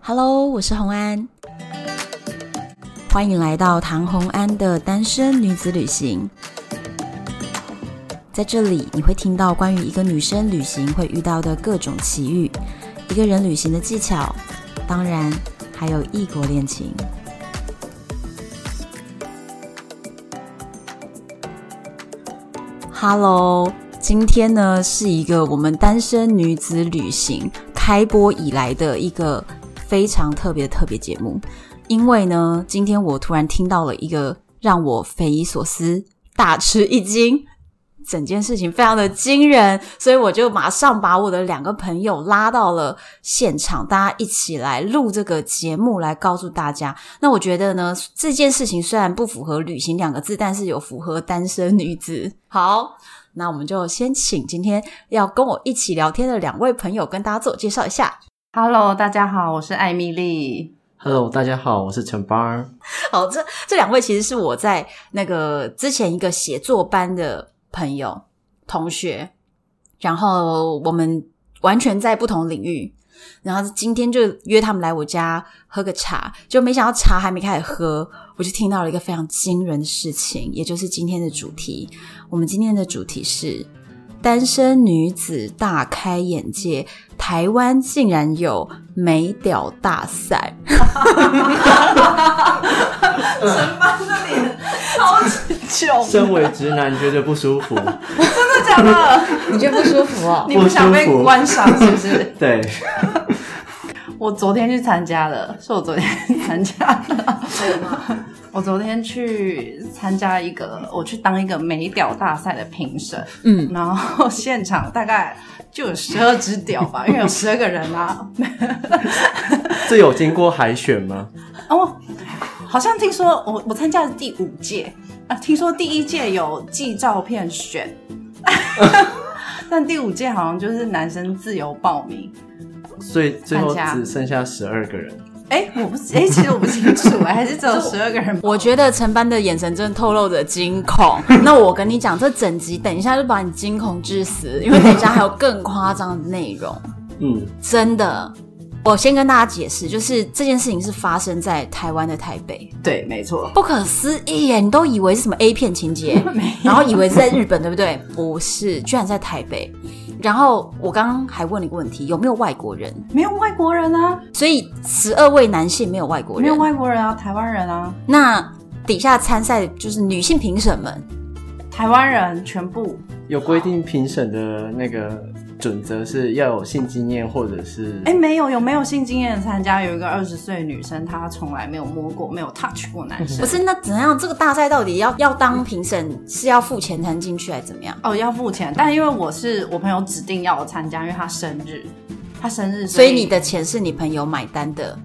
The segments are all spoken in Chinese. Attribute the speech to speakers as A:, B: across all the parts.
A: Hello，我是红安，欢迎来到唐红安的单身女子旅行。在这里，你会听到关于一个女生旅行会遇到的各种奇遇，一个人旅行的技巧，当然还有异国恋情。Hello，今天呢是一个我们单身女子旅行开播以来的一个非常特别的特别节目，因为呢，今天我突然听到了一个让我匪夷所思、大吃一惊，整件事情非常的惊人，所以我就马上把我的两个朋友拉到了现场，大家一起来录这个节目，来告诉大家。那我觉得呢，这件事情虽然不符合“旅行”两个字，但是有符合单身女子。好，那我们就先请今天要跟我一起聊天的两位朋友跟大家自我介绍一下。
B: Hello，大家好，我是艾米丽。
C: Hello，大家好，我是陈邦儿。
A: 好，这这两位其实是我在那个之前一个写作班的朋友同学，然后我们完全在不同领域。然后今天就约他们来我家喝个茶，就没想到茶还没开始喝，我就听到了一个非常惊人的事情，也就是今天的主题。我们今天的主题是单身女子大开眼界，台湾竟然有美屌大赛。
B: 陈班的脸超级囧，
C: 身为直男，觉得不舒服。
B: 真的假 的？
A: 你觉得不舒服哦？
B: 你不想被观赏是不是？
C: 对，
B: 我昨天去参加的，是我昨天 去参加 的。我昨天去参加一个，我去当一个美屌大赛的评审，
A: 嗯，
B: 然后 现场大概就有十二只屌吧，因为有十二个人啊。
C: 这有经过海选吗？
B: 哦，好像听说我我参加的第五届啊，听说第一届有寄照片选， 但第五届好像就是男生自由报名。
C: 所以最后
B: 参加
C: 只剩下十二个人。
B: 哎、我不哎、其实我不清楚哎、还是只有十二个人报。
A: 我觉得陈班的眼神真的透露着惊 恐。那我跟你讲，这整集等一下就把你惊恐致死，因为等一下还有更夸张的内容。
C: 嗯，
A: 真的，我先跟大家解释，就是这件事情是发生在台湾的台北，
B: 对，没错，
A: 不可思议耶！你都以为是什么 A 片情节，然后以为是在日本，对不对？不是，居然在台北。然后我刚刚还问了一个问题，有没有外国人？
B: 没有外国人啊，
A: 所以十二位男性没有外国
B: 没有
A: 人，
B: 外国人啊，台湾人啊，
A: 那底下参赛就是女性评审们。
B: 台湾人全部。
C: 有规定评审的那个准则是要有性经验或者是
B: 哎、没有，有没有性经验的参加？有一个二十岁女生，她从来没有摸过，没有 touch 过男生
A: 不。是，那怎样？这个大赛到底要要当评审是要付钱才能进去，还是怎么样？
B: 哦，要付钱，但因为我是我朋友指定要我参加，因为他生日，他生日，
A: 所以你的钱是你朋友买单的。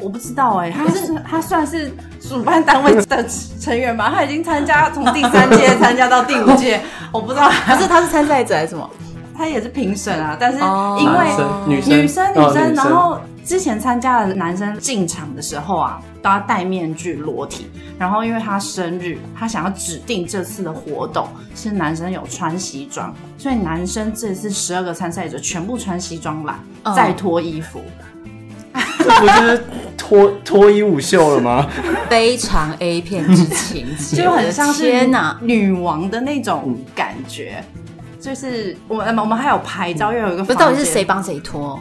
B: 我不知道哎、他是他算是主办单位的成员吗？他已经参加从第三届参加到第五届，我不知道，
A: 可是他是参赛者还是什 么？
B: 他也是评审啊，但是
A: 哦
B: 因
C: 男
B: 为
C: 生、女生、
B: 女生女
C: 哦
B: 生，然后之前参加的男生进场的时候啊，都要戴面具裸体，然后因为他生日，他想要指定这次的活动是男生有穿西装，所以男生这次十二个参赛者全部穿西装来，
A: 嗯
B: 再脱衣服。
C: 这 不就是脱脱衣舞秀了吗？
A: 非常 A 片之情节，
B: 就很像是
A: 我的天哪！
B: 女王的那种
C: 嗯
B: 感觉。就是我们我们还有拍
C: 嗯
B: 照，又有一个
A: 不
B: 不
A: 是到底是谁？帮谁脱？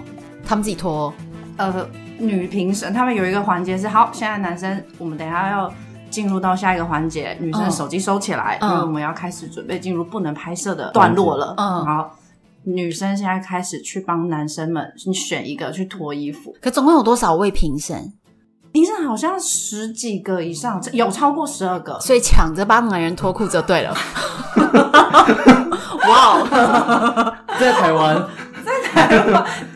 A: 他们自己脱。哦
B: 呃，女评审他们有一个环节是好，现在男生我们等一下要。进入到下一个环节，女生的
A: 嗯
B: 手机收起来，
A: 嗯
B: 因为我们要开始准备进入不能拍摄的段落了。
A: 嗯
B: 好，女生现在开始去帮男生们，你选一个去脱衣服。
A: 可总共有多少位评审？
B: 评审好像十几个以上，有超过十二个。
A: 所以抢着帮男人脱裤就对了。哇哦！
C: 在台湾，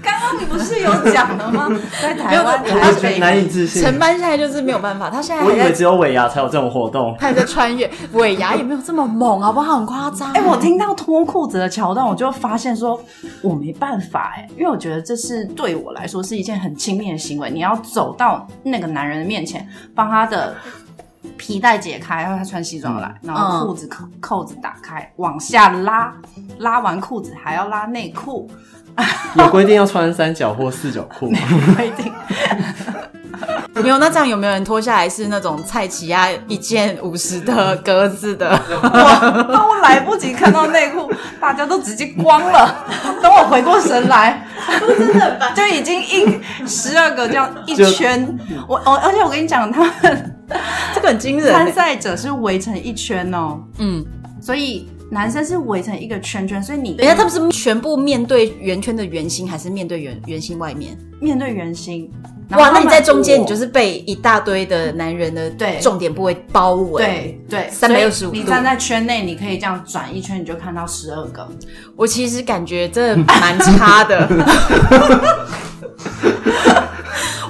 B: 刚刚你不是有讲了 吗？在
A: 没
B: 台
A: 有
B: 湾，
A: 他
C: 我
B: 台
C: 觉
B: 北
C: 得难以置信。
A: 陈班现在就是没有办法，他现在
C: 我以为
A: 还在，
C: 只有尾牙才有这种活动。
A: 他还在穿越尾牙，也没有这么猛，好不好？很夸张。
B: 哎、我听到脱裤子的桥段，我就发现说，我没办法哎、因为我觉得这是对我来说是一件很亲密的行为。你要走到那个男人的面前，帮他的皮带解开，让他穿西装来，然后裤子扣扣子打开，往下拉，拉完裤子还要拉内裤，
C: 有规定要穿三角或四角裤吗？
B: 规定。
A: 没有，那这样有没有人脱下来是那种菜奇亚一件五十的格子 的？
B: 我都来不及看到内裤，大家都直接光了。等我回过神 来，真的就已经一十二个这样一圈。我哦，而且我跟你讲，他们
A: 这个很惊人、
B: 参
A: 欸。
B: 赛者是围成一圈哦，
A: 嗯，
B: 所以男生是围成一个圈圈，所以你
A: 等一哎下，他们是全部面对圆圈的圆心，还是面对圆圆心外面？
B: 面对圆心。然后
A: 哇，
B: 他
A: 那
B: 们
A: 你在中间，你就是被一大堆的男人的
B: 对
A: 重点部位包围。，
B: 对对
A: 365
B: 所以你
A: 度
B: 站在圈内，你可以这样转一圈，你就看到十二个。
A: 我其实感觉这蛮差的。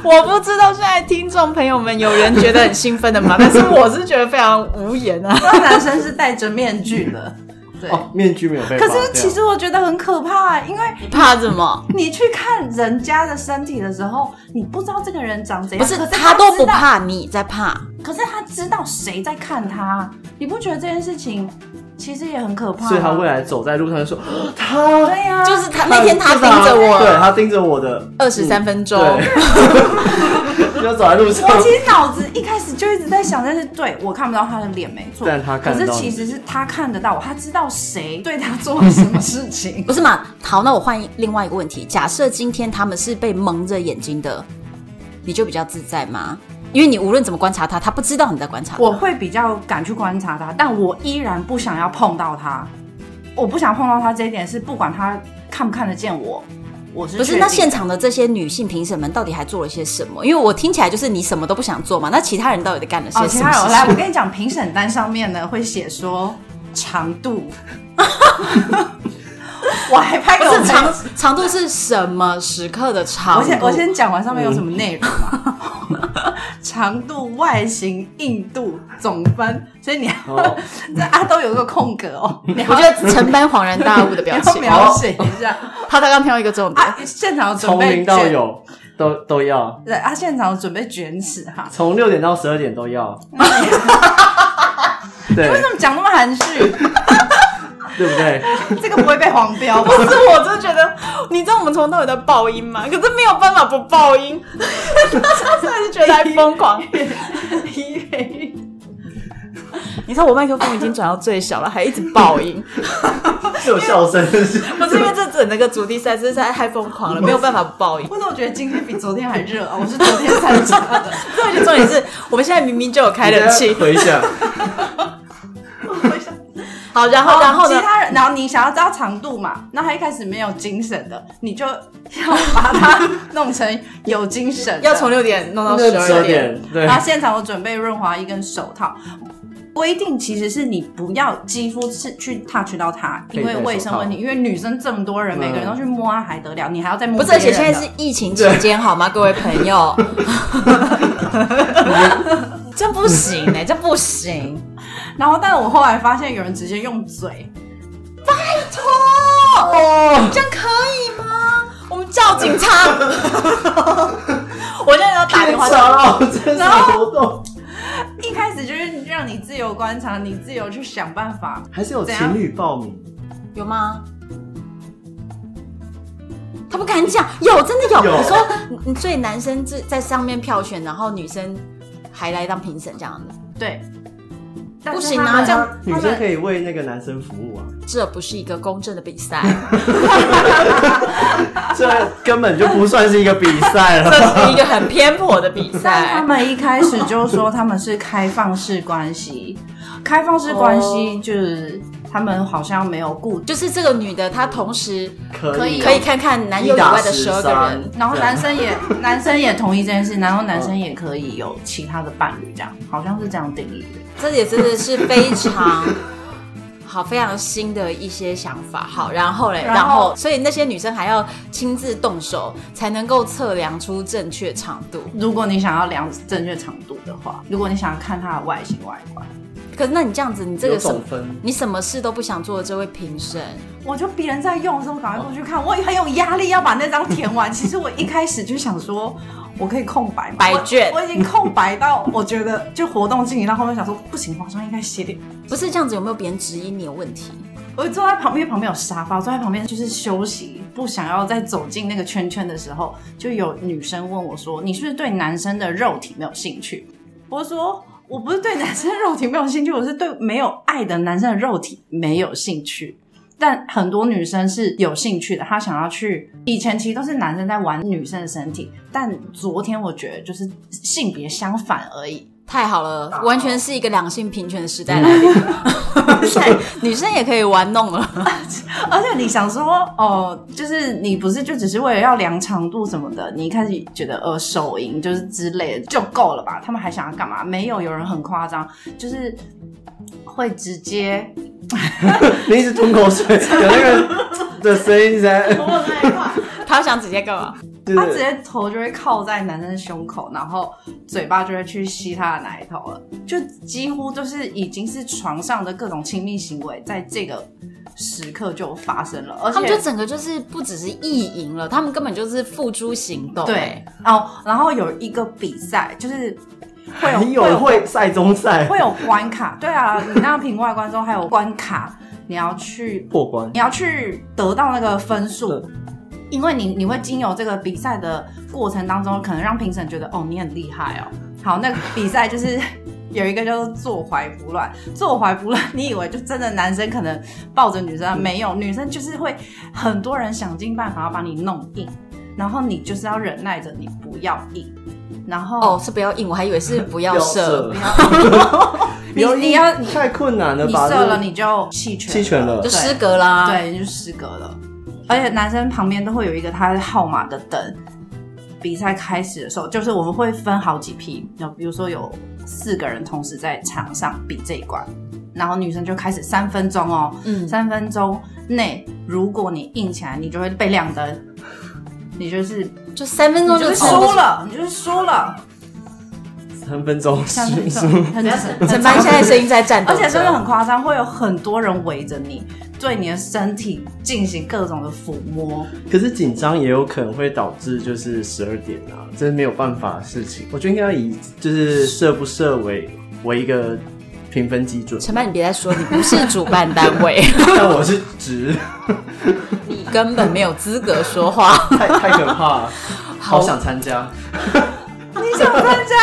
A: 我不知道现在听众朋友们有人觉得很兴奋 的吗？但是我是觉得非常无言啊。
B: 那男生是戴着面具 的，对。
C: 哦，面具没有被拔
B: 可
C: 掉。
B: 是其实我觉得很可怕、因为
A: 怕什么？
B: 你去看人家的身体的时候，你不知道这个人长怎
A: 不
B: 样，
A: 哎是
B: 可是
A: 他都不
B: 知道，
A: 怕，你在怕。
B: 可是他知道谁在看他，你不觉得这件事情其实也很可怕吗？
C: 所以他未来走在路上 就说，
B: 对呀、
A: 就是他那天他盯着
C: 对
A: 我
C: 他盯着我的
A: 二十三分钟，
C: 对， 就走在路上
B: 我，其实脑子一开始就一直在想，但是对我看不到他的脸，没错。
C: 但他看
B: 可
C: 得
B: 是
C: 到
B: 其实是他看得到我，他知道谁对他做了什么事情。
A: 不是嘛？好，那我换另外一个问题，假设今天他们是被蒙着眼睛的，你就比较自在吗？因为你无论怎么观察他，他不知道你在观察他。
B: 我会比较敢去观察他，但我依然不想要碰到他。我不想碰到他这一点是，不管他看不看得见我，我是
A: 不是，
B: 确定
A: 那现场的这些女性评审们到底还做了些什么？因为我听起来就是你什么都不想做嘛，那其他人到底干了些
B: 哦，
A: 什
B: 其
A: 么
B: 他
A: 事
B: 有
A: 情？
B: 来，我跟你讲，评审单上面呢会写说 长度，我还拍给
A: 不
B: 我
A: 是
B: 朋友
A: 长长度是什么时刻的长度？嗯
B: 我先我先讲完上面有什么内容嘛， 长度、外形、硬度、总分，所以你要、
C: 哦
B: 这啊都有一个空格 哦，你
A: 我
B: 要
A: 觉得陈班恍然大悟的表情 哦
B: 你要，描写一下、
A: 他刚刚挑一个重点。
B: 啊，现场有准
C: 从
B: 备
C: 零到
B: 卷，
C: 有都都要，
B: 对啊，现场有准备卷尺哈。
C: 从六点到十二点 都要。对
B: 为什么讲那么含 蓄？
C: 对不对？
B: 这个不会被黄标 吧？
A: 可是我真的觉得，你知道我们从头到尾在爆音吗？可是没有办法不爆音，真的是觉得还疯狂。 你知道我麦克风已经转到最小了，还一直爆音，
C: 是有笑声，是
A: 不是因为这整个主题赛实在太疯狂了，没有办法不爆音。
B: 为什么我觉得今天比昨天还热啊？我是昨天参加的，
A: 所以我觉得重点是我们现在明明就有开冷气，
C: 回想，
A: 好，然后然后
B: 哦其
A: 呢？
B: 他人，然后你想要知道长度嘛？那他一开始没有精神的，你就要把它弄成有精神的，
A: 要从六点弄到十
C: 十
A: 二点，
C: 二点对
B: 然，后现场我准备润滑液跟手套。规定其实是你不要肌肤是去 touch 到它，
C: 可以
B: 因为卫生问题，因为女生这么多人，
C: 嗯
B: 每个人都去摸啊它还得了，你还要再摸
A: 不
B: 别
A: 是，
B: 人的。
A: 而且现在是疫情期间，好吗，各位朋友？ 这不行哎、这不行。
B: 然后，但我后来发现有人直接用嘴，
A: 哦，这样可以吗？我们叫警察！ 我现在要打电话叫。
C: 到这是什么活动，
B: 一开始就是让你自由观察，你自由去想办法。
C: 还是有
B: 怎样
C: 情侣报名？
A: 有吗？他不敢讲，有真的有。
C: 有
A: 我说，嗯所以男生是在上面票选，然后女生还来当评审这样的，
B: 对，但
A: 不
B: 是
A: 行
B: 他
A: 啊
B: 们
A: 这样
C: 女
B: 他们
C: 生可以为那个男生服务啊，
A: 这不是一个公正的比赛，
C: 这根本就不算是一个比赛
A: 这
C: 了。
A: 是一个很偏颇的比
B: 但他
A: 赛。
B: 们一开始就说他们是开放式关系，开放式关系就是他们好像没有顾，
A: 就是这个女的，她同时
C: 可以
A: 可以看看男友以外的十二个人，
B: 然后男生也 男生也同意这件事，然后男生也可以有其他的伴侣，这样好像是这样定义的。
A: 这也真的是非常好、非常新的一些想法。好，然后嘞，
B: 然
A: 然
B: 后
A: 后所以那些女生还要亲自动手，才能够测量出正确长度。
B: 如果你想要量正确长度的话，如果你想要看它的外形外观，
A: 可是那你这样子，你这
C: 有
A: 个什么
C: 总？分，
A: 你什么事都不想做的这位评审，
B: 我就别人在用的时候赶快过去
A: 哦
B: 看，我也很有压力要把那张填完。 其实我一开始就想说。我可以空白吗
A: 白
B: 我
A: 卷
B: 我已经空白到我觉得就活动进行到后面想说不行，我好像应该写点
A: 不是这样子，有没有别人质疑你有问题？
B: 我就坐在旁边，旁边有沙发，我坐在旁边就是休息，不想要再走进那个圈圈的时候，就有女生问我说：“你是不是对男生的肉体没有兴趣？”我说：“我不是对男生的肉体没有兴趣，我是对没有爱的男生的肉体没有兴趣。”但很多女生是有兴趣的，她想要去。以前其实都是男生在玩女生的身体，但昨天我觉得就是性别相反而已。
A: 太好了，完全是一个两性平权的时代来 临，现在女生也可以玩弄了。
B: 而且你想说哦，就是你不是就只是为了要量长度什么的，你一开始觉得呃手淫就是之类的就够了吧？他们还想要干嘛？没有，有人很夸张，就是会直接
C: 你一直吞口水，有那个的声音 在，
B: 我很害怕，
A: 他想直接干嘛？
C: 就
B: 他直
C: 是
B: 接头就会靠在男生的胸口，然后嘴巴就会去吸他的奶头了，就几乎就是已经是床上的各种亲密行为，在这个时刻就发生了，而且
A: 他们就整个就是不只是意淫了，他们根本就是付诸行动。欸
B: 对，哦，然后有一个比赛就是。会
C: 还
B: 会
C: 有会赛中赛
B: 会有关卡，对啊，你那评外观之后还有关卡，你要去
C: 破关
B: 你，要去得到那个分数
C: 对，
B: 因为你你会经由这个比赛的过程当中，可能让评审觉得哦你很厉害哦。好，那个比赛就是有一个叫做坐怀不乱，坐怀不乱， 你以为就真的男生可能抱着女生，没有，女生就是会很多人想尽办法要把你弄硬，然后你就是要忍耐着你不要硬，然后
A: 哦，是不要硬，我还以为是不要射，
C: 不
B: 你
C: 要
B: 你要
C: 硬 太困难了
B: 你
C: 吧？
B: 射
C: 这
B: 了你就弃权，
C: 弃权了
A: 就失格啦。，
B: 对，就失格了。而且男生旁边都会有一个他号码的灯。比赛开始的时候，就是我们会分好几批，有比如说有四个人同时在场上比这一关，然后女生就开始三分钟哦，
A: 嗯，
B: 三分钟内如果你硬起来，你就会被亮灯，你就是
A: 就三分
B: 你
A: 钟
B: 就是输
A: 跑不出
B: 了，你就是输了，
C: 三分钟
B: 像
C: 输
B: 这
C: 输
B: 种很
A: 整班现在声音在颤抖
B: 而
A: 着，
B: 且真的很夸张，会有很多人围着你，对你的身体进行各种的抚摸。
C: 可是紧张也有可能会导致就是十二点啊，这是没有办法的事情。我觉得应该要以就是设不设为为一个评分基准。
A: 陈曼，你别再说，你不是主办单 位，
C: 但我是直，
A: 你根本没有资格说话。
C: 太太可怕了，好想参加。
B: 你想参加？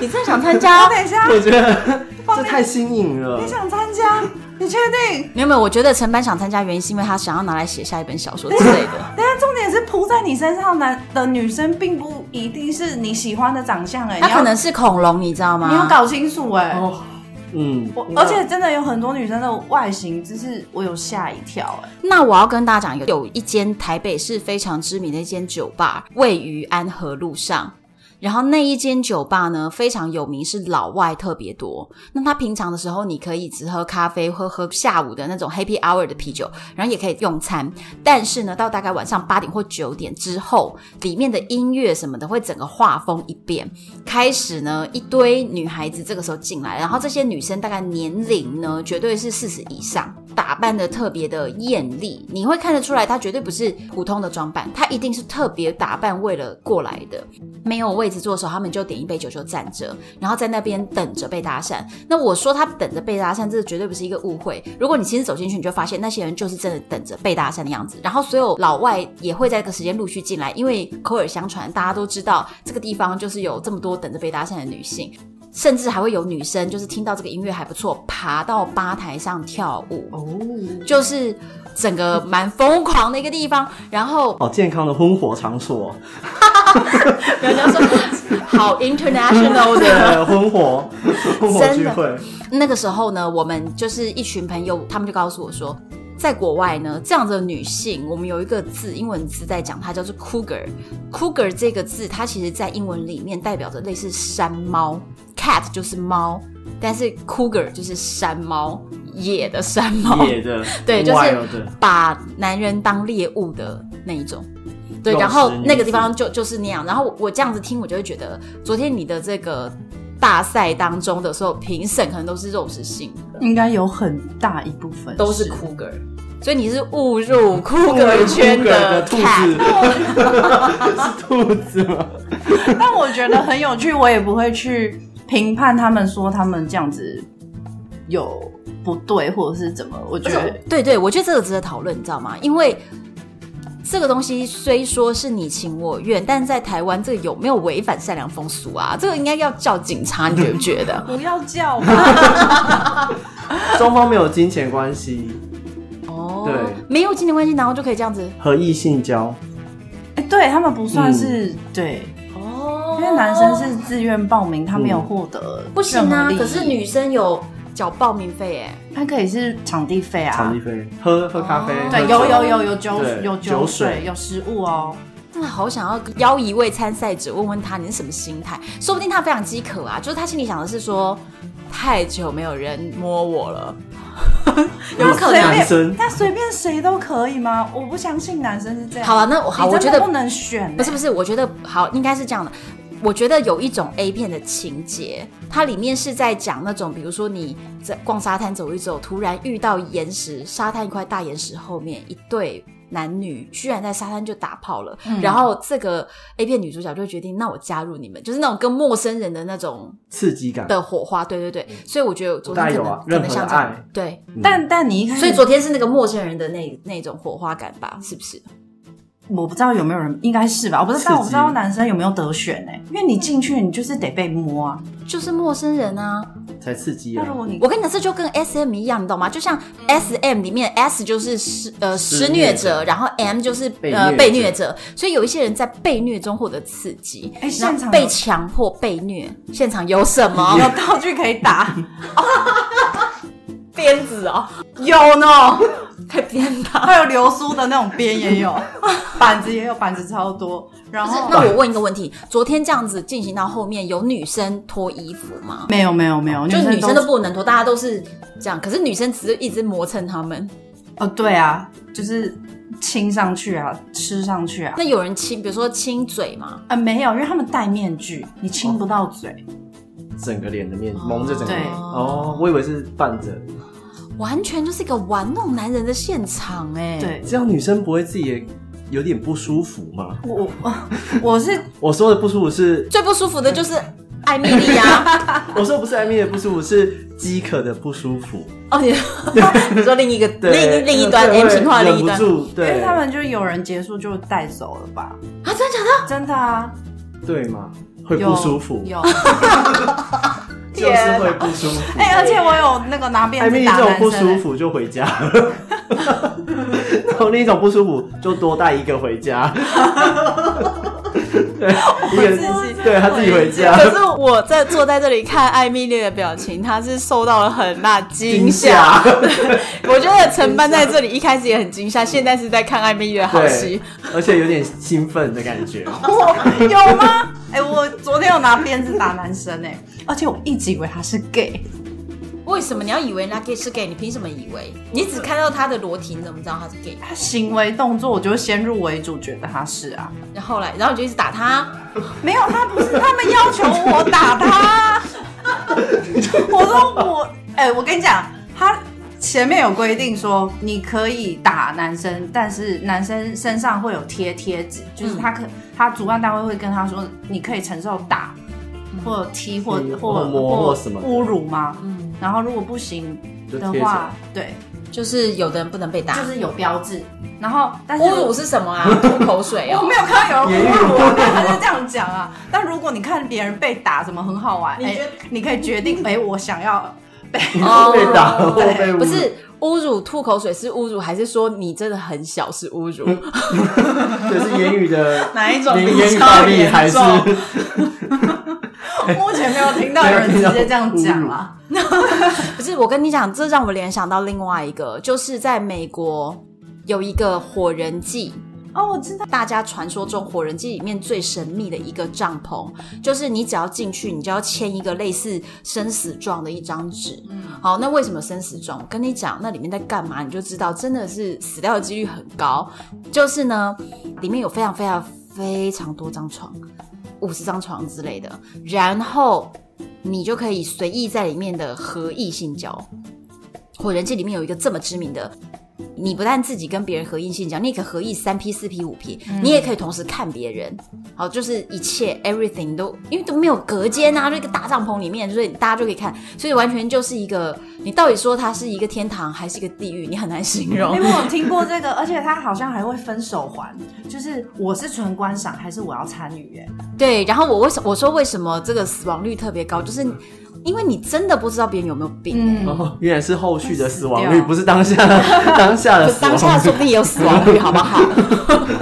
A: 你真的想参
B: 啊，
A: 加？
B: 等一下，
C: 我觉得这太新颖了
B: 你。想参加？你确定？
A: 没有没有，我觉得陈班想参加原因是因为他想要拿来写下一本小说之类的。
B: 等一下，重点是扑在你身上的男的女生，并不一定是你喜欢的长相哎、欸，
A: 他
B: 你要
A: 可能是恐龙，你知道吗？
B: 你要搞清楚哎、
C: 哦，嗯
B: 我，
C: 那
B: 而且真的有很多女生的外形，就是我有吓一跳哎、
A: 那我要跟大家讲一个，有一间台北市非常知名的一间酒吧，位于安和路上。然后那一间酒吧呢非常有名，是老外特别多。那他平常的时候，你可以只喝咖啡，喝喝下午的那种 Happy Hour 的啤酒，然后也可以用餐。但是呢，到大概晚上八点或九点之后，里面的音乐什么的会整个画风一变，开始呢一堆女孩子这个时候进来，然后这些女生大概年龄呢绝对是四十以上，打扮的特别的艳丽，你会看得出来，她绝对不是普通的装扮，她一定是特别打扮为了过来的。没有位置坐的时候，他们就点一杯酒就站着，然后在那边等着被搭讪。那我说他等着被搭讪，这绝对不是一个误会。如果你亲自走进去，你就发现那些人就是真的等着被搭讪的样子。然后所有老外也会在这个时间陆续进来，因为口耳相传，大家都知道这个地方就是有这么多等着被搭讪的女性。甚至还会有女生，就是听到这个音乐还不错，爬到吧台上跳舞，
B: 哦，
A: 就是整个蛮疯狂的一个地方。然后
C: 好健康的婚火场所哦，
A: 人家说好 international
C: 对
A: 啊的，
C: 婚火婚火
A: 真
C: 聚
A: 的
C: 会，
A: 那个时候呢，我们就是一群朋友，他们就告诉我说，在国外呢，这样的女性，我们有一个字，英文字在讲，它叫做 cougar。cougar 这个字，它其实在英文里面代表着类似山猫，cat 就是猫，但是 cougar 就是山猫，野的山猫，
C: 野的，
A: 对，就是
C: wild 的
A: 把男人当猎物的那一种。对，
C: 肉食
A: 然后那
C: 女
A: 个
C: 子
A: 地方就就是那样。然后我我这样子听，我就会觉得，昨天你的这个大赛当中的所有评审可能都是肉食性的，
B: 应该有很大一部分
A: 都是 cougar，所以你是误入 cougar 圈
C: 嗯 Cougar 的兔
A: cat。
C: 子， 是兔子吗？
B: 但我觉得很有趣，我也不会去评判他们说他们这样子有不对，或者是怎么？我觉得
A: 对对，我觉得这个值得讨论，你知道吗？因为这个东西虽说是你情我愿，但在台湾这个有没有违反善良风俗啊？这个应该要叫警察，你觉不觉 得？
B: 不要叫 吧。
C: 双方没有金钱关系，
A: 哦
C: 对，
A: 没有金钱关系，然后就可以这样子
C: 合意性交，
B: 哎，对他们不算是、对，
A: 哦
B: 因为男生是自愿报名，他没
C: 嗯
B: 有获得
A: 不行
B: 任何
A: 啊，
B: 利益
A: 可是女生有缴报名费哎、
B: 他可以是场地费啊，
C: 场地费，喝喝咖啡
A: 哦，
B: 对，
C: 喝
B: 有
C: 酒
B: 有有有酒
C: 对
B: 有
C: 酒
B: 酒水
C: 水
B: 有食物哦，
A: 真的好想要邀一位参赛者，问问他你是什么心态，说不定他非常饥渴啊，就是他心里想的是说，太久没有人摸我了，有可能。
B: 随
C: 男
B: 便
C: 生
B: 那随便谁都可以吗？我不相信男生是这样。
A: 好了，那我好，
B: 啊你
A: 我
B: 真
A: 觉
B: 的
A: 得
B: 不能选欸，
A: 不是不是，我觉得好应该是这样的。我觉得有一种 A 片的情节，它里面是在讲那种，比如说你在逛沙滩走一走，突然遇到岩石，沙滩一块大岩石后面一对男女居然在沙滩就打炮了，
B: 嗯
A: 然后这个 A 片女主角就决定，那我加入你们，就是那种跟陌生人的那种
C: 刺激感，
A: 的火花，对对对，所以我觉得昨天
C: 不大
A: 可
C: 有
A: 能、
C: 啊
A: 可能
C: 任何
A: 像这样
C: 爱，
A: 对，
B: 但但你一开始，
A: 所以昨天是那个陌生人的那那种火花感吧，是不是？
B: 我不知道有没有人，应该是吧？我不知
C: 刺
B: 道，
C: 激
B: 但我不知道男生有没有得选呢、欸因为你进去你就是得被摸啊。
A: 就是陌生人啊，
C: 才刺激
B: 那
C: 啊
B: 如！果你
A: 我跟你讲，这就跟 S M 一样，你懂吗？就像 S M 里面 S 就是施呃施
C: 施
A: 虐
C: 虐者
A: 者，然后 M 就是
C: 被
A: 呃
C: 虐
A: 被
C: 者
A: 虐者，所以有一些人在被虐中获得刺激，
B: 哎
A: 然后
B: 现场
A: 被
B: 有
A: 强迫被虐，现场有什么
B: 有道具可以 打，
A: 鞭子哦，
B: 有呢，
A: 可以鞭打。
B: 还有流苏的那种边也有， 板子也有，板子超多。然后
A: 那我问一个问题：昨天这样子进行到后面，有女生脱衣服吗？
B: 没有没有没
C: 哦
B: 有，
A: 就是女生
B: 都
A: 都不能脱，大家都是这样，可是女生只是一直磨蹭他们。
B: 哦对啊，就是亲上去啊，吃上去啊。
A: 那有人亲，比如说亲嘴嘛，
B: 啊、没有，因为他们戴面具，你亲不到嘴。
C: 整个脸的面蒙着整个
B: 对
C: 哦，我以为是半着，
A: 完全就是一个玩弄男人的现场哎、
B: 对，
C: 这样女生不会自己也有点不舒服吗？
B: 我我我是
C: 我说的不舒服是，
A: 最不舒服的就是艾米莉 啊！
C: 我说不是艾米的不舒服，是饥渴的不舒服。
A: 哦，你你说另一个
C: 对，
A: 另另一端
C: 对
A: M 型化的
C: 忍
A: 另一端
C: 不住，
B: 因为
C: 对，
B: 他们就有人结束就带走了 吧？
A: 啊，真的假的？
B: 真的啊，
C: 对嘛，会
B: 有
C: 不舒服，
B: 有。
C: 就是会不舒服。
B: 哎、而且我有那个拿鞭
C: 艾米
B: 子
C: 丽
B: 打
C: 这种
B: 男
C: 不
B: 生、
C: 舒服就回家，
A: 哎
C: 然后另一种不舒服就多带一个 回家。对，一
B: 自己
C: 个对他自己回家，
A: 可是我在坐在这里看艾米丽的表情，她是受到了很大惊
C: 惊
A: 吓。
C: 吓。
A: 我觉得陈班在这里一开始也很惊吓，现在是在看艾米丽的好戏
C: 对。，而且有点兴奋的感觉。
B: 我 有吗？哎、我昨天有拿鞭子打男生哎、而且我一直以为他是 gay，
A: 为什么你要以为 Lucky 是 gay？你凭什么以为？你只看到他的裸体，你怎么知道他是 gay？
B: 他行为动作我就先入为主觉得他是啊，
A: 然后来，然后你就一直打他。
B: 没有他不是，他们要求我打 他，我说我哎、我跟你讲，他前面有规定说你可以打男生，但是男生身上会有贴贴纸，就是他可
C: 嗯
B: 他主办单位会跟他说你可以承受打。或踢或
C: 嗯
B: 或
C: 或摸或什么的
B: 侮辱吗？
A: 嗯，
B: 然后如果不行
C: 就
B: 的
C: 贴起
B: 话
C: 来，
B: 对，
A: 就是嗯有的人不能被打。
B: 就是有标志。然后，但是
A: 侮辱是什么 啊？吐口水
B: 哎我
A: 哦。
B: 没有看到有人侮辱我， 但他就这样讲啊。但如果你看别人被打，怎么很好玩？
C: 你
B: 哎
C: 觉得，
B: 你可以决定，哎，我想要被。
A: 哦
C: 被打或被侮辱
A: 不是侮辱吐口水是侮辱，还是说你真的很小是侮辱？
C: 就是言语的
B: 哪一种比
C: 言语
B: 较
C: 暴力
B: 严
C: 还是
B: 重 目前没有听到有人直接这样
C: 没有
B: 讲
C: 听到
B: 啊。
A: 不是，我跟你讲，这让我联想到另外一个，就是在美国有一个火人祭，
B: 哦，我知道，
A: 大家传说中火人祭里面最神秘的一个帐篷，就是你只要进去，你就要签一个类似生死状的一张纸。好，那为什么生死状？我跟你讲，那里面在干嘛，你就知道，真的是死掉的几率很高。就是呢，里面有非常非常非常多张床，五十张床之类的，然后你就可以随意在里面的合意性交。火人祭里面有一个这么知名的你不但自己跟别人合意性交，你也可以合意三 P、四 P、五 P，、你也可以同时看别人。好，就是一切 everything 都因为都没有隔间啊，就一个大帐篷里面，所以大家就可以看，所以完全就是一个你到底说它是一个天堂还是一个地狱，你很难形容
B: 因。为我有听过这个，而且他好像还会分手环，就是我是纯观赏还是我要参与？哎，
A: 对，然后我为什我说为什么这个死亡率特别高，就是因为你真的不知道别人有没有病、
B: 嗯
C: 哦，原来是后续的死亡
B: 死
C: 率，
B: 掉
C: 不是当下当下的
A: 就
C: 死
A: 当下
C: 亡
A: 说不定也有死亡率，好不 好？
C: 率，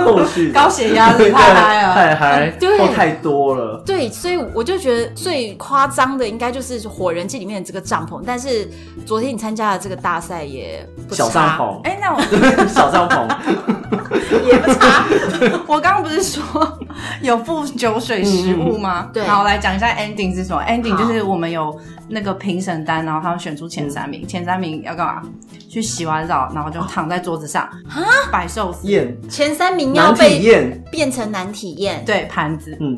C: 后续哎的
B: 高血压是
C: 对
B: 太嗨了。
C: 太嗨，
A: 对
C: 或哦太多了。
A: 对，所以我就觉得最夸张的应该就是《火人记》里面的这个帐篷，但是昨天你参加的这个大赛也不
C: 小
A: 差
C: 帐，篷，
B: 哎、那我
C: 小 帐篷，
A: 也不 差。
B: 我刚刚不是说 有附酒水食物吗？
A: 对
B: 好，我来讲一下 ending 是什么。ending
A: 嗯好
B: 就是我们有那个评审单，然后他们选出前三
A: 嗯
B: 名，前三名要干嘛？去洗完澡，然后就躺在桌子上啊，摆寿司，
C: 验
A: 前三名要
C: 难体
A: 被
C: 验，
A: 变成难体验，
B: 对盘子，
C: 嗯，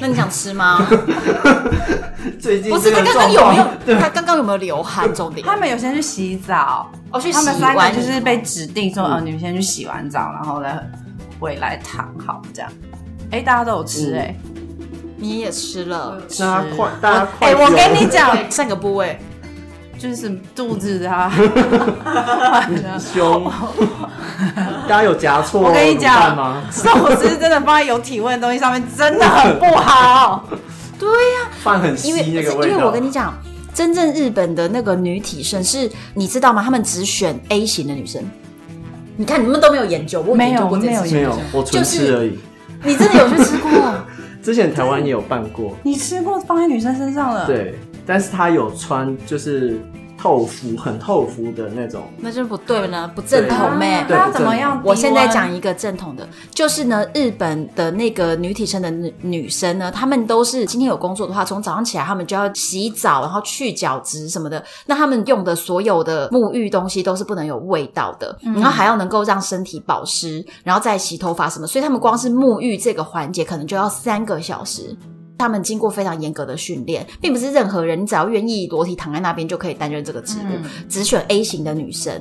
A: 那你想吃 吗？
C: 最近
A: 不是
C: 这
A: 他刚
C: 个
A: 刚有
C: 状
A: 没
C: 况，
A: 有？他刚刚有没有流汗？重点
B: 他们有先去洗澡，
A: 哦，去洗
B: 他们三
A: 完
B: 个就是被指定说，
C: 嗯
B: 呃，你们先去洗完澡，然后再回来躺好这样。哎、大家都有吃哎、
A: 你也吃了，
C: 大家快，大家快
B: 哎、
C: 有，
B: 我跟你讲，
A: 对，上个部位，
B: 就是肚 子啊，
C: 凶，大家有夹错哦，
B: 我跟你讲
C: 怎么办吗？
B: 寿司真的放在有体味的东西上面真的很不好。
A: 对呀、
C: 饭很稀
A: 因为
C: 那个
A: 因
C: 味道，
A: 为我跟你讲，真正日本的那个女体盛是，你知道吗？他们只选 A 型的女生。你看，你们都没有研究，我
B: 没有
A: 研究过这件事情
C: 没有，我
A: 就
C: 纯
A: 是
C: 吃而已。
A: 你真的有去吃过？
C: 之前台湾也有办过，
B: 你吃过放在女生身上了？，
C: 对，但是他有穿就是透肤，很透肤的那种，
A: 那就是不对了，不正统妹。
C: 对
B: 啊那怎么样？
A: 我现在讲，一个正统的，就是呢，日本的那个女体生的女女生呢，她们都是今天有工作的话，从早上起来她们就要洗澡，然后去角质什么的。那她们用的所有的沐浴东西都是不能有味道的，然后还要能够让身体保湿，然后再洗头发什么。所以她们光是沐浴这个环节，可能就要三个小时。他们经过非常严格的训练，并不是任何人，你只要愿意裸体躺在那边就可以担任这个职务。只选 A 型的女生，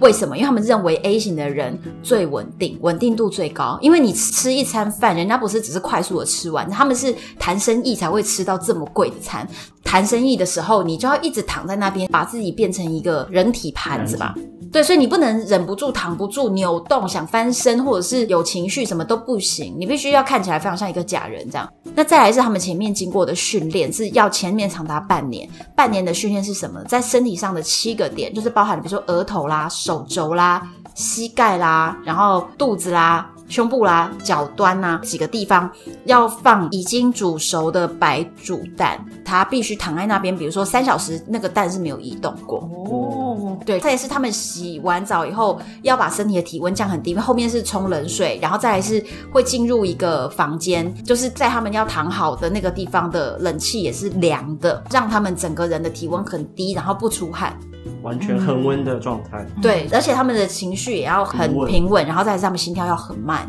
A: 为什么？因为他们认为 A 型的人最稳定，稳定度最高。因为你吃一餐饭，人家不是只是快速的吃完，他们是谈生意才会吃到这么贵的餐。谈生意的时候，你就要一直躺在那边，把自己变成一个人体盘子吧。对，所以你不能忍不住、躺不住、扭动、想翻身，或者是有情绪，什么都不行。你必须要看起来非常像一个假人这样。那再来是他们前面经过的训练，是要前面长达半年。半年的训练是什么？在身体上的七个点，就是包含比如说额头啦、手肘啦、膝盖啦，然后肚子啦。胸部啦、脚端呐、几个地方要放已经煮熟的白煮蛋，它必须躺在那边，比如说三小时，那个蛋是没有移动过。
B: 哦，
A: 对，再来是他们洗完澡以后要把身体的体温降很低，因为后面是冲冷水，然后再来是会进入一个房间，就是在他们要躺好的那个地方的冷气也是凉的，让他们整个人的体温很低，然后不出汗。
C: 完全恒温的状态。
B: 嗯
A: 对，而且他们的情绪也要很
C: 平稳
A: 平稳，然后再来是他们心跳要很慢，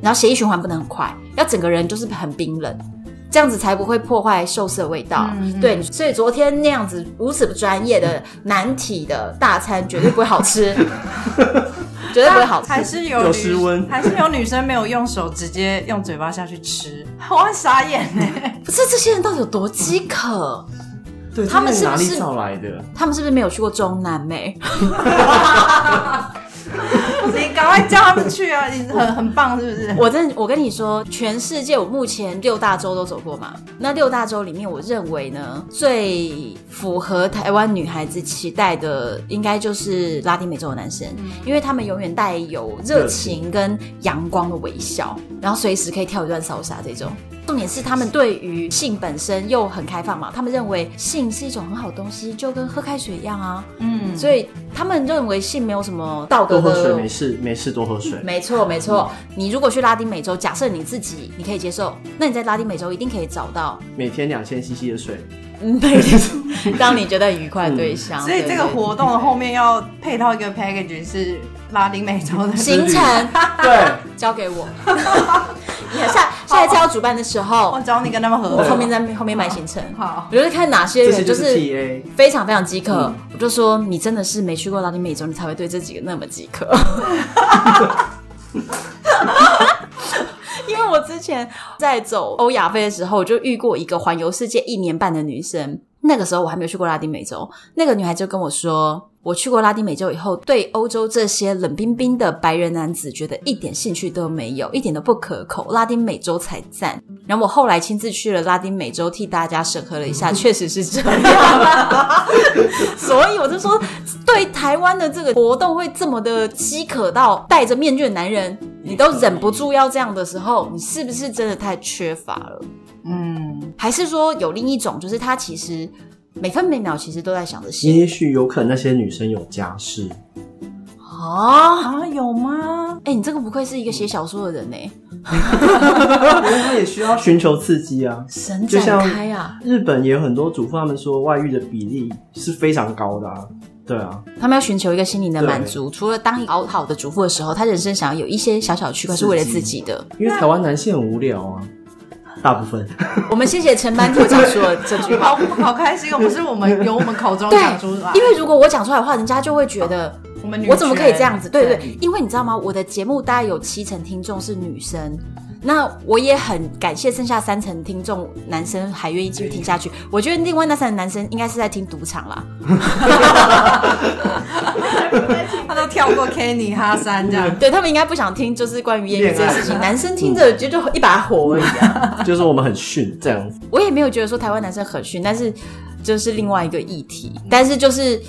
A: 然后血液循环不能很快，要整个人就是很冰冷，这样子才不会破坏寿司的味道。
B: 嗯
A: 对，所以昨天那样子如此不专业的难体的大餐，绝对不会好 吃，绝对不会好吃。
B: 还是有
C: 有
B: 女
C: 失温
B: 还是有女生没有用手直接用嘴巴下去吃， 我很傻眼 哎。
A: 不是这些人到底有多饥渴？
C: 对，
A: 他们
C: 这
A: 是不是
C: 哪里找来的？
A: 他们是不是没有去过中南欸美？
B: 你赶快叫他们去啊！你很很棒，是不是？
A: 我真的我跟你说，全世界我目前六大洲都走过嘛。那六大洲里面，我认为呢，最符合台湾女孩子期待的，应该就是拉丁美洲的男生，因为他们永远带有热情跟阳光的微笑，然后随时可以跳一段salsa 这种。重点是他们对于性本身又很开放嘛，他们认为性是一种很好的东西，就跟喝开水一样啊，
B: 嗯，
A: 所以他们认为性没有什么道德
C: 多喝
A: 的
C: 水没事，没事多喝水。
A: 没错，没错。你如果去拉丁美洲，假设你自己你可以接受，那你在拉丁美洲一定可以找 到
C: 每天两千 CC 的水，
A: 每个让你觉得很愉快的对象。
B: 嗯所以这个
A: 对对
B: 活动的后面要配套一个 package 是拉丁美洲的
A: 行程
C: 对，
A: 交给 我，你下下一次要主办的时
B: 我
A: 候，
B: 找你跟他们合
A: 我后
B: 作。
A: 面在后面买行程。
B: 好，
A: 我就是看哪些
C: 这些
A: 人
C: 就
A: 就是是
C: TA，
A: 非常非常饥渴，我就说你真的是没去过拉丁美洲，你才会对这几个那么饥渴。因为我之前在走欧亚非的时候，我就遇过一个环游世界一年半的女生，那个时候我还没有去过拉丁美洲，那个女孩就跟我说，我去过拉丁美洲以后，对欧洲这些冷冰冰的白人男子觉得一点兴趣都没有，一点都不可口，拉丁美洲才赞。然后我后来亲自去了拉丁美洲，替大家审核了一下，确实是这样。所以我就说，对台湾的这个活动会这么的饥渴到戴着面具的男人，你都忍不住要这样的时候，你是不是真的太缺乏了？
B: 嗯，
A: 还是说有另一种，就是他其实每分每秒其实都在想着性
C: 也许有可能那些女生有家室，
A: 哦。
B: 啊，有吗？
A: 哎、你这个不愧是一个写小说的人呢、
C: 她也需要寻求刺激啊。
A: 神
C: 就
A: 展
C: 像
A: 开啊！
C: 日本也有很多主妇，他们说外遇的比例是非常高的啊。对啊，
A: 他们要寻求一个心灵的满足，除了当一个好好的主妇的时候，他人生想要有一些小小的区块是为了自己的。
C: 因为台湾男性很无聊啊，大部分。
A: 我们谢谢陈班特长说的这句话
B: 好。好开心哦！不是我们由我们口中
A: 对
B: 讲出来，
A: 因为如果我讲出来的话，人家就会觉得
B: 我们女
A: 我怎么可以
B: 权
A: 这样子？对对，对，因为你知道吗？我的节目大概有七成听众是女生，那我也很感谢剩下三成听众男生还愿意继续听下去。我觉得另外那三成男生应该是在听赌场啦。
B: 他都跳过 Kenny 哈三这样。
A: 对他们应该不想听，就是关于艳遇这件事情。
C: 恋
A: 男生听着就就一把火而已啊。
C: 就是我们很逊这样子，
A: 我也没有觉得说台湾男生很逊，但是就是另外一个议题。但是就是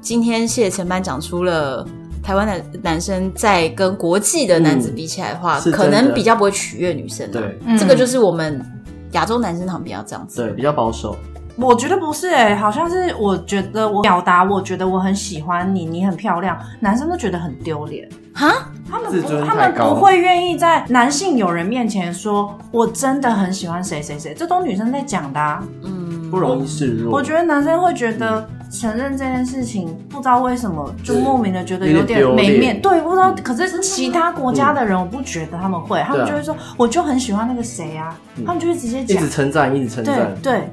A: 今天谢谢陈班长出了。台湾的男生在跟国际的男子比起来的话，
C: 嗯是
A: 可
C: 真
A: 能
C: 的
A: 比较不会取悦女生、啊。
C: 对
B: 嗯
A: 这个就是我们亚洲男生好像比较这样子。
C: 对，比较保守。
B: 我觉得不是哎、好像是我觉得我表达，我觉得我很喜欢你，你很漂亮，男生都觉得很丢脸，
A: 哈，
B: 他们
C: 自
B: 不
C: 尊
B: 他
C: 太
B: 们
C: 高
B: 不会愿意在男性友人面前说我真的很喜欢谁谁谁，这都女生在讲的、啊。
A: 嗯，
C: 不容易示弱。
B: 我觉得男生会觉
C: 嗯
B: 得承认这件事情，不知道为什么就莫名的觉得有点
C: 有点丢脸嗯
B: 没面，对，不知道。可是其他国家的人，我不觉得他们会，他们就会说我就很喜欢那个谁啊，
C: 啊嗯
B: 他们就会直接
C: 一
B: 讲
C: 直，称赞，一直称
B: 对
C: 赞。
B: 对，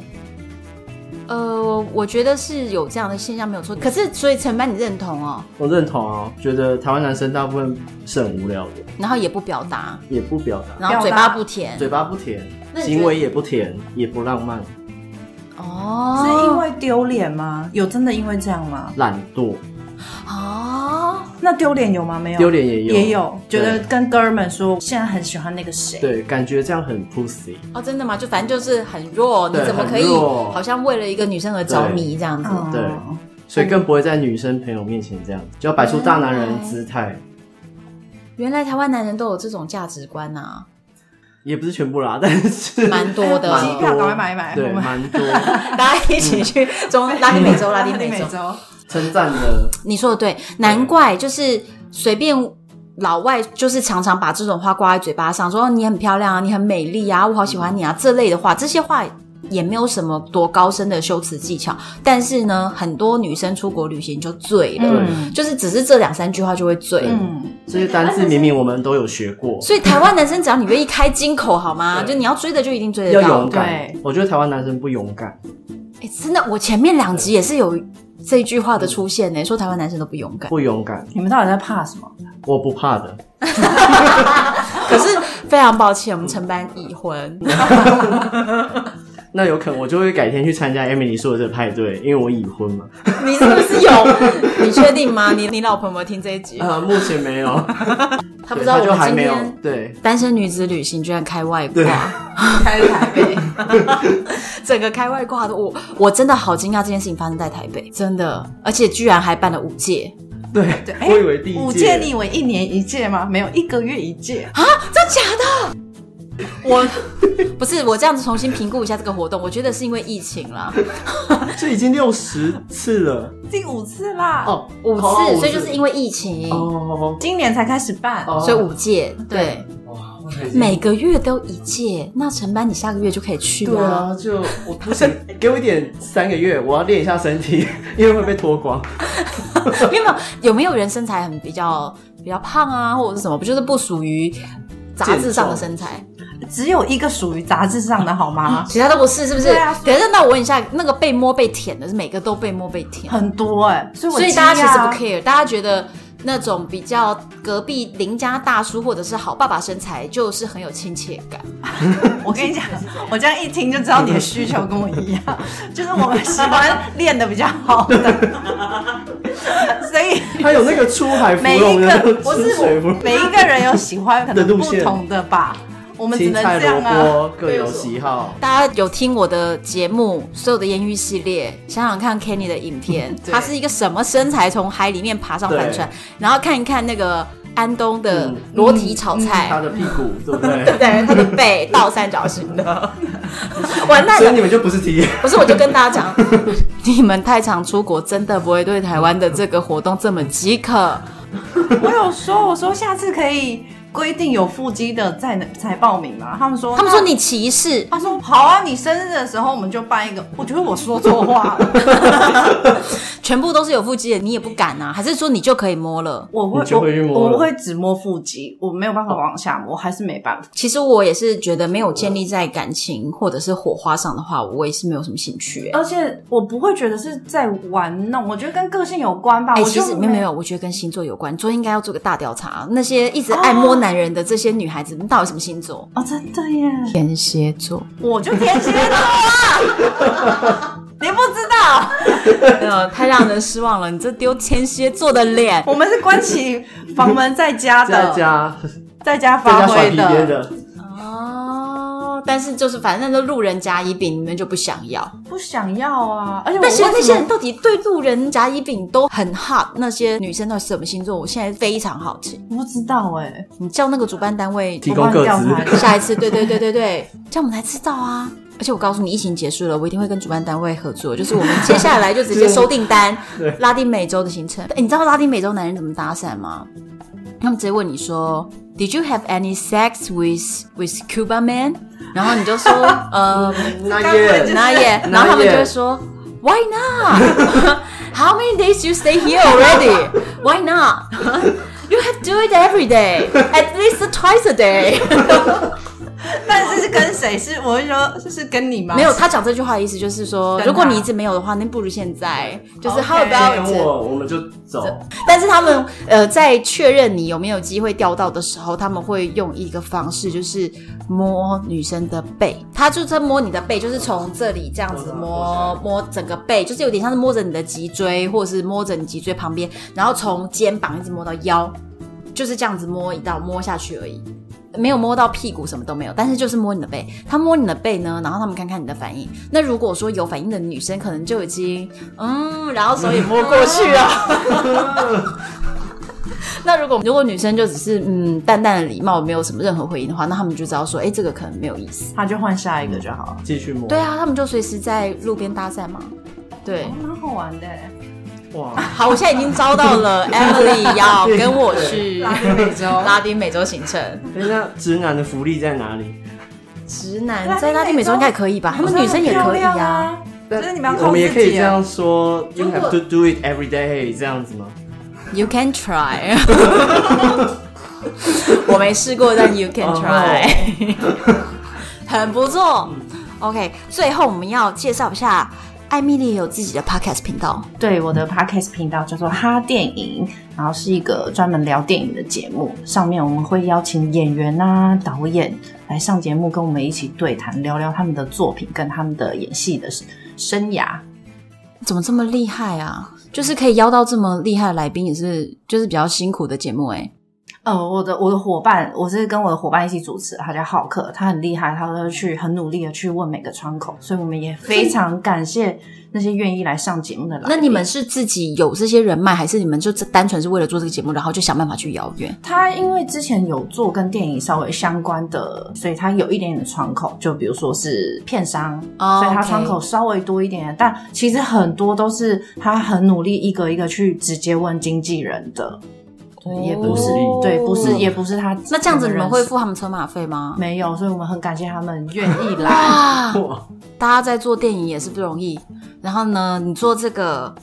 A: 呃，我觉得是有这样的现象没有错。可是，所以陈班你认同哦，
C: 我认同啊，觉得台湾男生大部分是很无聊的，
A: 然后也不表达，
C: 也不表达，
A: 然后嘴
B: 表
A: 巴
B: 达
A: 不甜，
C: 嘴巴不甜，
A: 那你觉得
C: 行为也不甜，也不浪漫，
A: 哦，
B: 是因为丢脸吗？有真的因为这样吗？
C: 懒惰，
A: 哦，
B: 那丢脸有吗？没有，
C: 丢脸也有，
B: 也有，觉
C: 对
B: 得跟哥们说现在很喜欢那个谁，
C: 对，感觉这样很 pussy。
A: 哦，真的吗？就反正就是很弱，你
C: 对
A: 怎么可以
C: 很弱
A: 好像为了一个女生而着迷这样子？
B: 嗯
C: 对
A: 哦
C: 所以更不会在女生朋友面前这样，就要摆出大男人姿态。
A: 原来台湾男人都有这种价值观啊，也
C: 也不是全部啦， 但是
A: 蛮多的
B: 哎机票赶快买一买，
C: 对，
B: 我们
C: 蛮多
A: 大家一起去中拉丁美洲， 拉丁美洲。
B: 洲，
C: 称赞的。
A: 你说的对，难怪就是随便老外就是常常把这种话挂在嘴巴上，说哦你很漂亮啊，你很美丽啊，我好喜欢你啊这类的话，这些话。也没有什么多高深的修辞技巧，但是呢，很多女生出国旅行就醉了，
B: 嗯
A: 就是只是这两三句话就会醉。
C: 对
B: 嗯，
C: 这些单字明明我们都有学过，
A: 所以台湾男生只要你愿意开金口，好吗？
C: 对
A: 就你要追的就一定追
C: 要
A: 得到
C: 勇。敢
B: 对。
C: 我觉得台湾男生不勇敢，
A: 哎、真的，我前面两集也是有这句话的出现呢、说台湾男生都不勇敢，
C: 不勇敢，
B: 你们到底在怕什么？
C: 我不怕的。
A: 可是非常抱歉，我们承班已婚。
C: 那有可能我就会改天去参加 Emily 说的这个派对，因为我已婚嘛。
A: 你是不是 有？你确定吗？你你老婆有没有听这一集？
C: 呃，目前没有，
A: 他不
C: 对
A: 知道
C: 他
A: 我
C: 就
A: 们
C: 还
A: 今
C: 没有
A: 天。
C: 对
A: 单身女子旅行居然开外
C: 对，
A: 挂，
B: 开台北，
A: 整个开外挂的我，我真的好惊讶这件事情发生在台北，真的，而且居然还办了五届，
C: 对
B: 对，哎
C: 我以为第一
B: 五届 你以为一年一届吗？没有，一个月一届。
A: 真假的？ 我不是我这样子重新评估一下这个活动，我觉得是因为疫情啦，
C: 这已经六十次了
B: 第五啊次啦，
C: 哦，
A: 五次，
C: 哦
A: 所以就是因为疫情，
C: 哦，
B: 今年才开始办，
C: 哦
A: 所以五届，对，
C: 哇，我才已经
A: 每个月都一届。那陈班，你下个月就可以去
C: 对
A: 了。
C: 啊，就我不行， 给我一点三个月，我要练一下身体， 因为会被脱光。
A: 没 有没有有没有人身材很比较比较胖啊，或者是什么？不就是不属于杂志上的身材，
B: 只有一个属于杂志上的好吗？
A: 其他都不是，是不是？
B: 对啊
A: 等一下，那我问一下，那个被摸被舔的是每个都被摸被舔，
B: 很多哎，所以我
A: 所以大家
B: 惊讶
A: 其实不 care，大家觉得那种比较隔壁邻家大叔或者是好爸爸身材，就是很有亲切感。
B: 我跟你讲，我这样一听就知道你的需求跟我一样，就是我们喜欢练的比较好 的，所以
C: 还有那个出海芙
B: 每
C: 蓉
B: 一
C: 的
B: 个我
C: 出
B: 是
C: 水芙蓉，
B: 每一个人有喜欢可能
C: 的路
B: 不
C: 线
B: 同的吧，我们只
C: 青
B: 能
C: 菜
B: 这样
C: 萝
B: 啊。，
C: 卜各有喜好。
A: 大家有听我的节目，所有的艳遇系列，想想看 Kenny 的影片
B: 对
A: 他是一个什么身材从海里面爬上帆船，然后看一看那个安东的
C: 嗯
A: 裸体炒菜，
C: 他的屁股，对不
A: 对 不
C: 对？
A: 对？他的背倒三角形的，完蛋
C: 所以
A: 了！
C: 你们就不是 T，
A: 不是，我就跟大家讲，你们太常出国，真的不会对台湾的这个活动这么饥渴。
B: 我有说，我说下次可以规定有腹肌的再才报名嘛，他们说
A: 他们说。你歧视
B: 那，他说好啊，你生日的时候我们就办一个。我觉得我说错话 了，
A: 全部都是有腹肌的，你也不敢啊？还是说你就可以摸了？
B: 我会
C: 你就会去摸
B: 我
C: 了
B: 我会只摸腹肌，我没有办法往下摸，还是没办法。
A: 其实我也是觉得没有建立在感情或者是火花上的话，我也是没有什么兴趣、欸。
B: 而且我不会觉得是在玩弄，我觉得跟个性有关吧。
A: 哎、
B: 我
A: 其
B: 就
A: 实没有没有，我觉得跟星座有关，所以应该要做个大调查。那些一直爱摸男人的这些女孩子，你到底什么星座？
B: 哦，真的耶，
A: 天蝎座。
B: 我就天蝎座啊， 你不知道，
A: 呃，太让人失望了，你这丢天蝎座的脸。
B: 我们是关起房门在家的，
C: 在家
B: 在家
C: 在
B: 发
C: 家耍
B: 挥
C: 皮鞭的，
A: 哦，但是就是反正都路人甲乙丙，你们就不想要。
B: 不想要啊。而且我
A: 但是
B: 哦为
A: 那
B: 什
A: 些
B: 么
A: 人到底对路人甲乙丙都很 hot，那些女生到底是什么星座？我现在非常好奇。
B: 我不知道哎、
A: 你叫那个主办单位
C: 提供个
B: 我帮你调
C: 资
B: 查。
A: 下一次，对对对对对，这样我们才知道啊。而且我告诉你，疫情结束了，我一定会跟主办单位合作，就是我们接下来就 直接收订单
C: 对，
A: 拉丁美洲的行程。哎诶你知道拉丁美洲男人怎么搭讪吗？他们直接问你说，Did you have any sex with with Cuban man？然后你就 说，呃，
C: 那
B: 刚
C: 耶
B: 刚，
A: 那也，然后他们就会说，Why not? How many days you stay here already? Why not? You have to do it every day, at least twice a day.
B: 但是是跟谁？是我会说，是是跟你吗？
A: 没有，他讲这句话的意思就是说，
B: 真的啊
A: 如果你一直没有的话，那不如现在，就是
B: OK，
A: how
C: 跟
A: about？
C: 我我们就走，
A: 但是他们呃，在确认你有没有机会钓到的时候，他们会用一个方式，就是摸女生的背，他就在摸你的背，就是从这里这样子摸摸整个背，就是有点像是摸着你的脊椎，或者是摸着你脊椎旁边，然后从肩膀一直摸到腰，就是这样子摸一道摸下去而已。没有摸到屁股，什么都没有，但是就是摸你的背。他摸你的背呢，然后他们看看你的反应。那如果说有反应的女生，可能就已经嗯，然后手也摸过去
B: 啊
A: 了。那如果如果女生就只是嗯淡淡的礼貌，没有什么任何回应的话，那他们就知道说，哎，这个可能没有意思。
B: 他就换下一个就好了，
C: 继续摸。
A: 对啊，他们就随时在路边搭讪嘛。对，
B: 蛮好玩的、欸。
C: 哇，
A: 好，我现在已经招到了 Emily 要跟我去
B: 拉丁美洲
A: 拉丁美洲行程。
C: 哎那直男的福利在哪里？
A: 直男在拉丁美洲应该可
B: 啊
A: 以吧？他们女生也可以
B: 呀、
A: 啊。
B: 所以你们要靠
C: 我们也
B: 自
C: 可以
B: 己啊
C: 这样说，You
A: 如果
C: have to do it every day 这样子吗？
A: You can try 。我没试过，但 You can try，很不错。OK，最后我们要介绍一下，艾米丽有自己的 podcast 频道，
B: 对我的 podcast 频道叫做哈电影，然后是一个专门聊电影的节目。上面我们会邀请演员啊、导演来上节目，跟我们一起对谈，聊聊他们的作品跟他们的演戏的生涯。
A: 怎么这么厉害啊？就是可以邀到这么厉害的来宾，也是就是比较辛苦的节目哎、
B: 呃，我的我的伙伴，我是跟我的伙伴一起主持，他叫浩克，他很厉害，他都去很努力的去问每个窗口，所以我们也非常感谢那些愿意来上节目的来宾。
A: 那你们是自己有这些人脉，还是你们就单纯是为了做这个节目，然后就想办法去邀约？
B: 他因为之前有做跟电影稍微相关的，所以他有一点点的窗口，就比如说是片商
A: 哦
B: 所以他
A: OK
B: 窗口稍微多一点，但其实很多都是他很努力一个一个去直接问经纪人的，对也不是、嗯
C: 哦
B: 对，不是也不是他。
A: 那这样子你们会付他们车马费吗？
B: 没有？所以我们很感谢他们愿意来。
A: 啊
C: 哇，
A: 大家在做电影也是不容易。然后呢，你做这个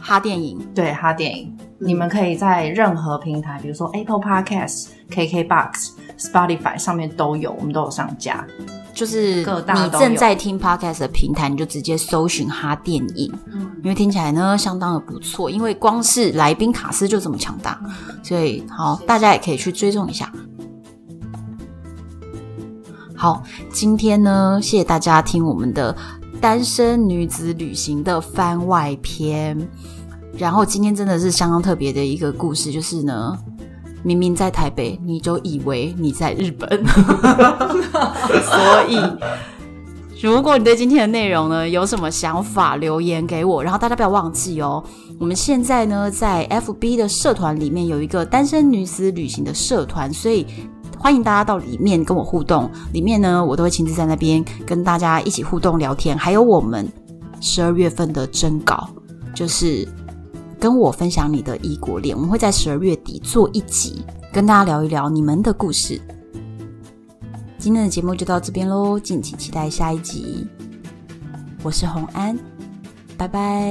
A: 哈电影，
B: 对哈电影，你们可以在任何平台，比如说 Apple Podcast、KKBox、 Spotify 上面都有，我们都有上架。
A: 就是
B: 各大
A: 你
B: 都有
A: 正在听 podcast 的平台，你就直接搜寻哈电影，
B: 嗯
A: 因为听起来呢相当的不错。因为光是来宾卡斯就这么强大，所以好，大家也可以去追踪一下。好，今天呢，谢谢大家听我们的《单身女子旅行》的番外篇。然后今天真的是相当特别的一个故事，就是呢，明明在台北，你就以为你在日本。所以，如果你对今天的内容呢有什么想法，留言给我。然后大家不要忘记哦，我们现在呢在 FB 的社团里面有一个单身女子旅行的社团，所以。欢迎大家到里面跟我互动，里面呢我都会亲自在那边跟大家一起互动聊天，还有我们十二月份的征稿，就是跟我分享你的异国恋，我们会在十二月底做一集，跟大家聊一聊你们的故事。今天的节目就到这边喽，敬请期待下一集。我是红安，拜拜。